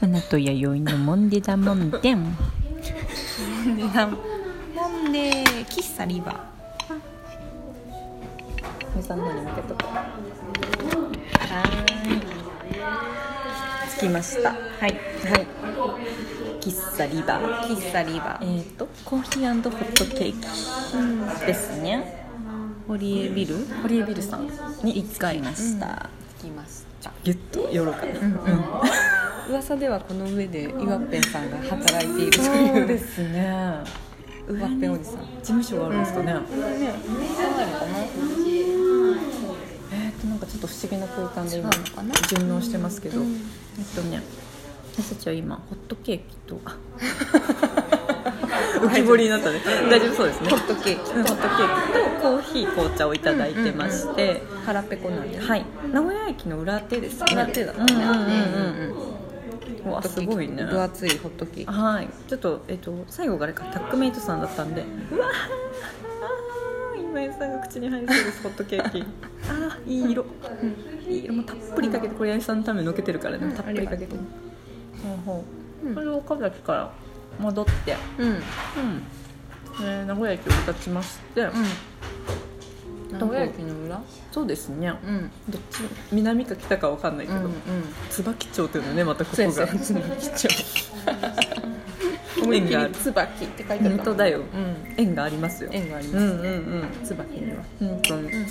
花と弥生のモンデダモンデンでなほんで喫茶リバ皆さん何見てとか着きましたはいはい喫茶リバー喫茶リバえっ、とコーヒーホットケーキですね、ホリエビルホリエビルさんに1回ました、着きましたギュッとヨーロッパで、噂ではこの上で岩っぺんさんが働いているというすね岩っぺんおじさん事務所があるんですかね、なのかなえっ、となんかちょっと不思議な空間で今違うのかな順応してますけど、うんえっとね私たちは今ホットケーキとあ浮き彫りになったね大丈夫そうですねホットケーキうんホットケーキとコーヒー紅茶をいただいてまして、腹ペコなんではい名古屋駅の裏手ですね裏手だうんうんうんうんうわすごいね分厚いホットケーキはいちょっと、えっと、最後があれかタックメイトさんだったんでうわーあー今井さんが口に入りそうですホットケーキあーいい色、いい色もうたっぷりかけてこれ八重さんのためにのけてるからね、たっぷりかけてありほうほううんこれ岡崎から戻って、うんうんうんえー名古屋駅を立ちまして、名古屋駅の裏そうですねうんどっち南か北かわかんないけうど、んうん椿町っていうのねまたこそうこやそうがや椿 縁がある椿って書いてあ本る当だようん縁がありますよ縁がありうまんすうんうん椿には本当にう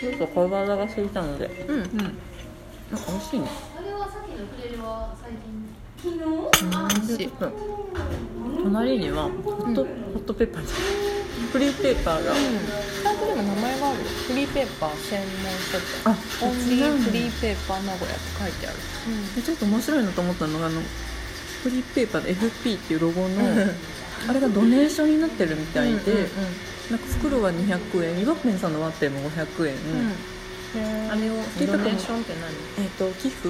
ちょっと体が空いたのでんうんうんうんなんか美味しいねそれはさっきのフレルは最近美味しい隣にはホット,、ホットペッパーじゃないフリーペーパーがちゃんとでも名前があるよフリーペーパー専門書店あオンリ違うーんだフリーペーパー名古屋って書いてあるでちょっと面白いなと思ったのがあのフリーペーパーで FP っていうロゴのあれがドネーションになってるみたいで、なんか袋は200円岩ペンさんのワッペンも500円、うんあれを聞いドたことネもーションって何えっ、と寄付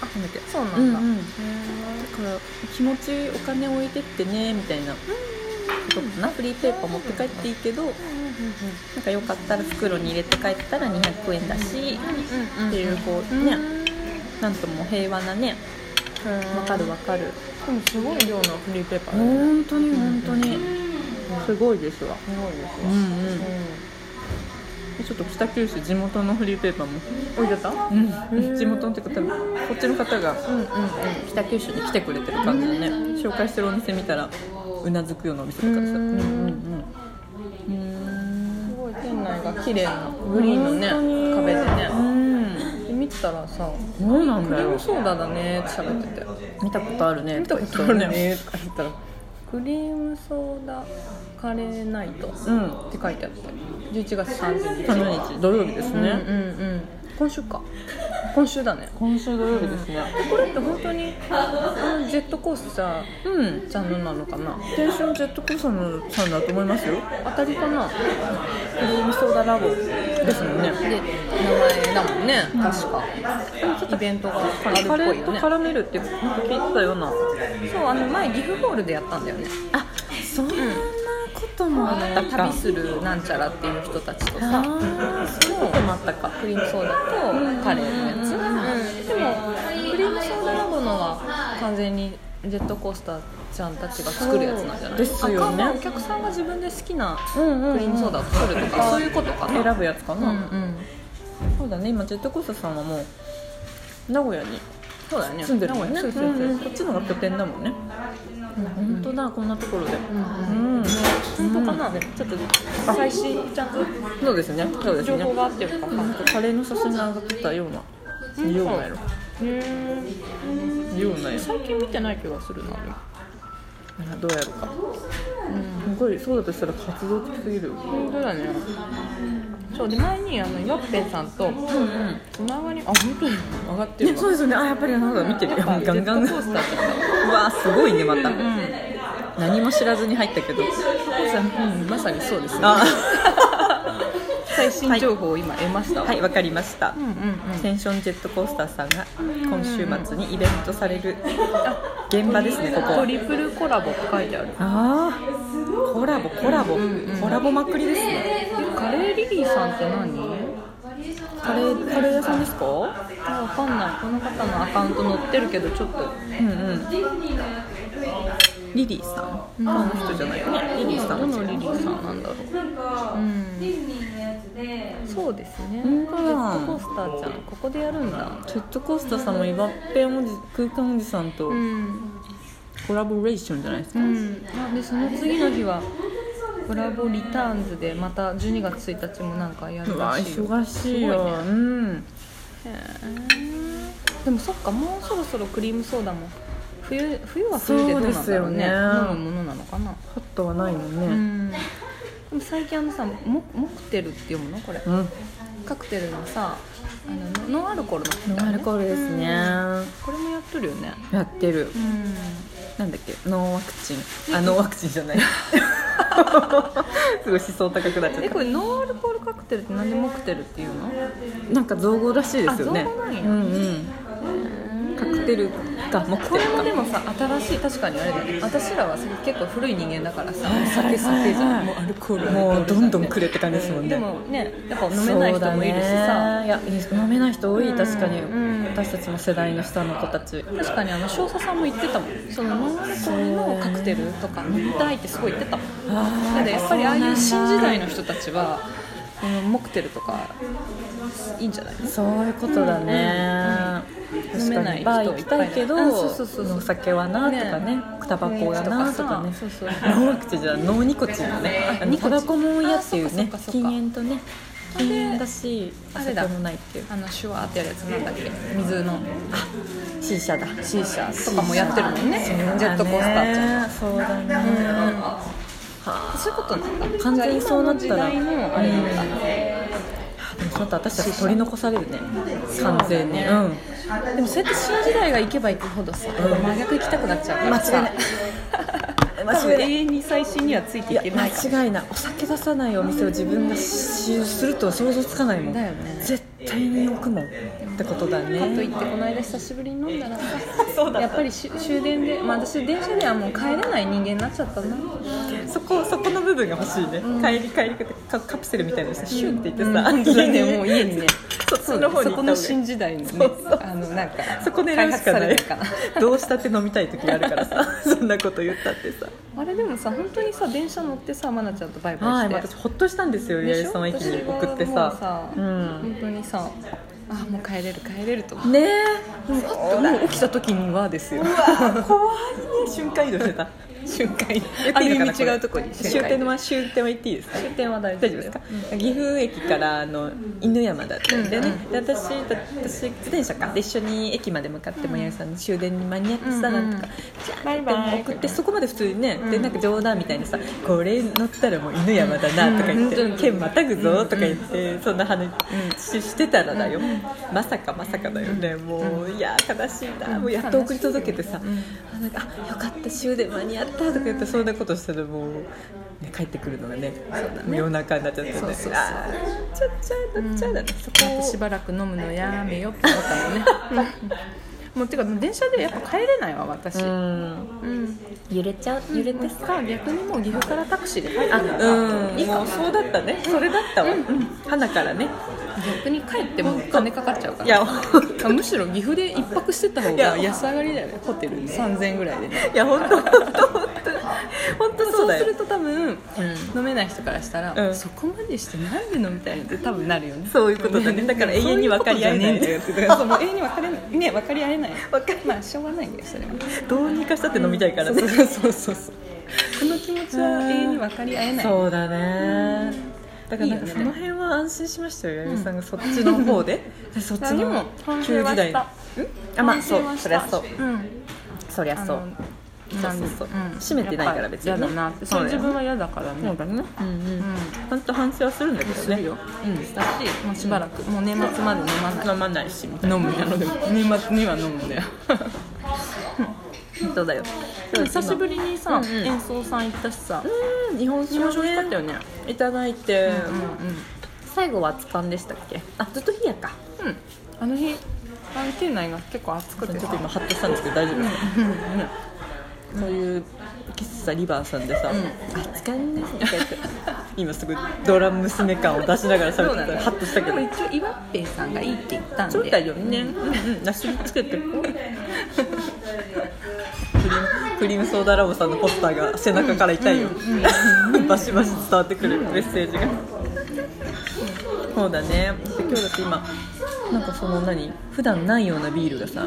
あなんだっけそうなうんんだうん、だから気持ちお金置いてってねみたいなことかなフリーペーパー持って帰っていいけどなんかよかったら袋に入れて帰ったら200円だしうんっていうこうねなんとも平和なねわかるわかるでもすごい量のフリーペーパーだね本当に本当にすごいですわすごいですうんうわんちょっと北九州地元のフリーペーパーも、置いてたうんうん、地元のっていうか多分こっちの方がうんうん北九州に来てくれてる感じでね紹介してるお店見たらうなずくようなお店とかでさううんんうんうんすごい店内が綺麗なグリーンのね壁でねで見てたらさそうなんクリだーよムソーダだねって喋ってて見たことあるね見たことあるねとか言ったらクリームソーダカレーナイトっうんて書いてあって11月30日3日土曜日ですうんうんうねん今週か今週だね今週土曜日ですねこれって本当にあのジェットコースターうんちゃんのなのかなテンションジェットコースターのさんだと思いますよ当たりかなクリームソーダラボですもんねで名前だもんね確かイベントがあるっカレぽいーよとね絡めるってなんか聞いてたようなそうあの前ギフホールでやったんだよねあそんなこともああの旅するなんちゃらっていう人たちとさあーそういうこともあったかクリームソーダとカレーのやつ、でもクリームソーダラボのは完全にジェットコースターちゃんたちが作るやつなんじゃないですよねあお客さんが自分で好きなうんうんうんクリームソーダを作るとか、そういうことかな選ぶやつかうんな、うんそうだね今ジェットコースターさんはもう名古屋にそうだよね住んでるもんねそうそうそう、うんうんこっちのが拠点だもんね、本当だこんなところでうん本当かな、でもちょっと最新ちゃんとそうですねそうです情ね報があってるかなカレーの写真が上がってたようなうんようなやろうんようなや最近見てない気がするなでもろどうやろうかすごいそうだとしたら活動的すぎるよ本当だねそうで前にあのヨッペンさんとつながりあ本当に上がってるわ そうですよねあやっぱりなんだ見てるよやっぱガジェンッガトンコースターとかうわすごいねまた、何も知らずに入ったけどうんまさにそうですねあ最新情報を今得ました わはいわかりました、うんうんうんテンションジェットコースターさんが今週末にイベントされる現場ですねここトリプルコラボって書いてあるああコラボコラボ、コラボまくりですねカレーリリーさんって何カレーカレー屋さんですかあわかんないこの方のアカウント載ってるけどちょっとうんうんリリーさんうんあの人じゃないよねリリーさんどのリリーさんなんだろううんそうですねジうんェットコースターちゃんここでやるんだジェットコースターさんもイバッペおじ空間おじさんとん、コラボレーションじゃないですうか、ん、あでその次の日はブラボリターンズでまた12月1日もなんかやうるわらしいよ忙しいよすごいねうんでもそっかもうそろそろクリームソーダも冬冬は冬でどうなんだろうねそうですよね飲むものなのかなホットはないもんうねんでも最近あのさモモクテルって読むのこれうん、カクテルのさあのノノンアルコールの方だよねノンアルコールですねうんこれもやっとるよねやってるうんなんだっけノーワクチンあノーワクチンじゃないすごい思想高くなっちゃえっこれノンアルコールカクテルって何でモクテルっていうのたなんか造語らしいですよねあ造語なんやうんうんカクテルかモクこテれルもかでもさ新しい確かにあれだね私らはさ結構古い人間だからさお酒酒じゃんもうアルコールもうどんどんくれれって感じですもんねでもねやっぱ飲めない人もいるしそうださねいや飲めない人多いうん確かに、うん私たちの世代の下の子たち確かにあの少佐さんも言ってたもんそのノンアルコールのカクテルとか飲みたいってすごい言ってたもんあだからやっぱりああいう新時代の人たちはこのモクテルとかいいんじゃないそういうことだね、うん確かに飲めない人バー行きたいけどいっぱいいるあそうそうそうそうお酒はなとかねねタバコやなとかねそうそうノーワクチンじゃないノーニコチンだねああのニコタチンバコも嫌っていうあそっねかそっか禁煙とねあれ禁煙だしおあれだ酒もないっていうあのシュワーってやるやつなんだっけ水の C 社だ C 社とかもやってるもんねジェットコースターちゃんそうだねはそういうことなんだ完全にそうなったらじゃあ今の時代のあれなんだ、うんあでもそうなったら私たち取り残されるね完全にそううだねんでもそうやって新時代が行けば行くほどさ、真逆行きたくなっちゃうからさ間違いない間違いな多分い永遠に最新にはついていいやけないから間違いないお酒出さないお店を自分がしするとは想像つかないもんだよね絶対に置くもんってことだねかといってこの間久しぶりに飲んだらさ そうだったやっぱりし終電で、まあ、私電車ではもう帰れない人間になっちゃったなそこそこの部分が欲しいね、帰り帰りかカプセルみたいなのさシュンっていってさ、 それでもう家にねそそっちの方にそ行こった方のがいい新時代のねそうそうあのなんかそこ狙開うし発かさなれいるからどうしたって飲みたい時あるから さそんなこと言ったってさあれでもさ本当にさ電車乗ってさ愛菜ちゃんとバイバはイいして、私ほっとしたんですよ八重さん駅に送って私さはもうさ、うん本当にさあもう帰れる帰れると思ねうもう起きた時にはですよえ怖いね瞬間移動してた瞬間に言っあていいのる意かな味違うとこにれ終点は終点は言っていいですか終点は大大丈夫丈夫ですですかか、岐阜駅からあの犬山だったんだよね、で私だ私自転車かで一緒に駅まで向かってもやゆさんの終電に間に合ってさ、うんうんなんとかじゃあって言っても送ってそこまで普通にね、でうんなんか冗談みたいにさこれ乗ったらもう犬山だなとか言って、うん剣またぐぞとか言って、そんな話ししてたらだよ、まさかまさかだよねもう、いやー悲しいな、もうやっと送り届けてさ、あなんかあよかった終電間に合ったとか言ってそんなことしたらもう、ね、帰ってくるのがねもう夜中になっちゃってねそうそうそうあーちゃっちゃなっちゃだね、そこまたしばらく飲むのやめようって思ったもんねもうてか電車でやっぱ帰れないわ私、うんうん揺れちゃう揺れてさ、か逆にもう岐阜からタクシーで帰るあのがうんいいかもうそうだったねそれだったわ、うん花からね逆に帰っても金かかっちゃうからいやあむしろ岐阜で一泊してた方が安上がりだよねホテルに3000円ぐらいでねいや本当本当本当本当そうそうだすよると多分、う飲めない人からしたら、うんそこまでしてなんで飲みたいのって多分なるよねそういうことだねだから永遠に分かり合えないそういうことじゃねえんだよってだからそうもう永遠に分かれないね分かり合えない分かりまあしょうがないんだよそれはどうにかしたって飲みたいからね、そうそうそうそうこの気持ちは永遠に分かり合えないそうだね、だからなんかいいよそねの辺は安心しましたよ、弥生さんがそっちの方 で、でそっちでもの反省旧は時代しのたあまあそう反省はしたそりゃそううんそりゃそうあのそうそうそうなん閉めてないから別にねやっぱ嫌だなってそそううだよ自分は嫌だからねそうだねうんうん、うんちゃんと反省はするんだけどねするようんだしもうしばらくもう年末まで飲まない飲まないしみたい飲むんだろでも 年末には飲む んだよなそうだよでも久しぶりにさ、うんうん演奏さん行ったしさ、うん日本酒日も本酒美味しかったよねねいただいて、うん最後は熱燗でしたっけあずっと冷やかうん、あの日あの店内が結構暑くてちょさっと今ハッとしたんですけど大丈夫ですか、うんねそういう喫茶リバーさんでさ「あ使いますね」とか言って今すぐドラ娘感を出しながら喋ってたらハッとしたけでども一応岩っぺさんがいいって言ったんでそうだよねうんうんなすりつけてこうクリームクリームソーダラボさんのポスターが背中から痛いよバシバシ伝わってくるメッセージがそうだねで今日だって今なんかその何普段ないようなビールがさ、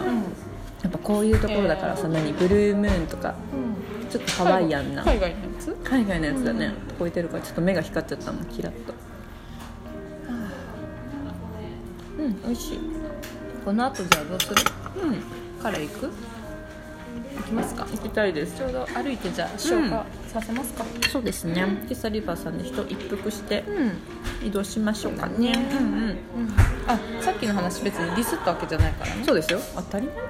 やっぱこういうところだからさ何ブルームーンとかちょっとハワイアンな海外のやつ海外のやつだね、超えてるからちょっと目が光っちゃったもんキラッとうん美味しいこの後じゃあどうするうん彼行く行きますか行きたいですちょうど歩いてじゃあ消化させますかそうですね今朝リバーさんで人一服してうん移動しましょうかねうんうんあさっきの話別にディスったわけじゃないからねそうですよ当たり前で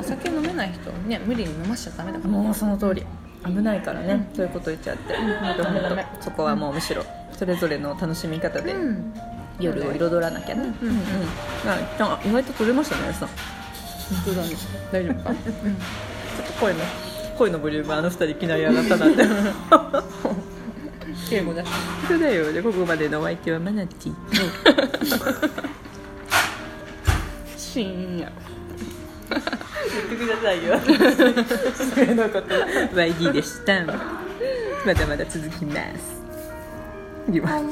お酒飲めない人をね無理に飲ましちゃダメだかすらもうその通り危ないからね、そういうこと言っちゃって、本当本当そこはもうむしろそれぞれの楽しみ方でうん夜を彩らなきゃね、うんうんあ意外と取れましたねさん本当だね大丈夫ちかょっと声の声のボリュームあの二人いきなり上がったなって敬語だしそうだよでここまでのお相手はマナティ深夜言ってくださいよのこと YD でしたまだまだ続きます言わない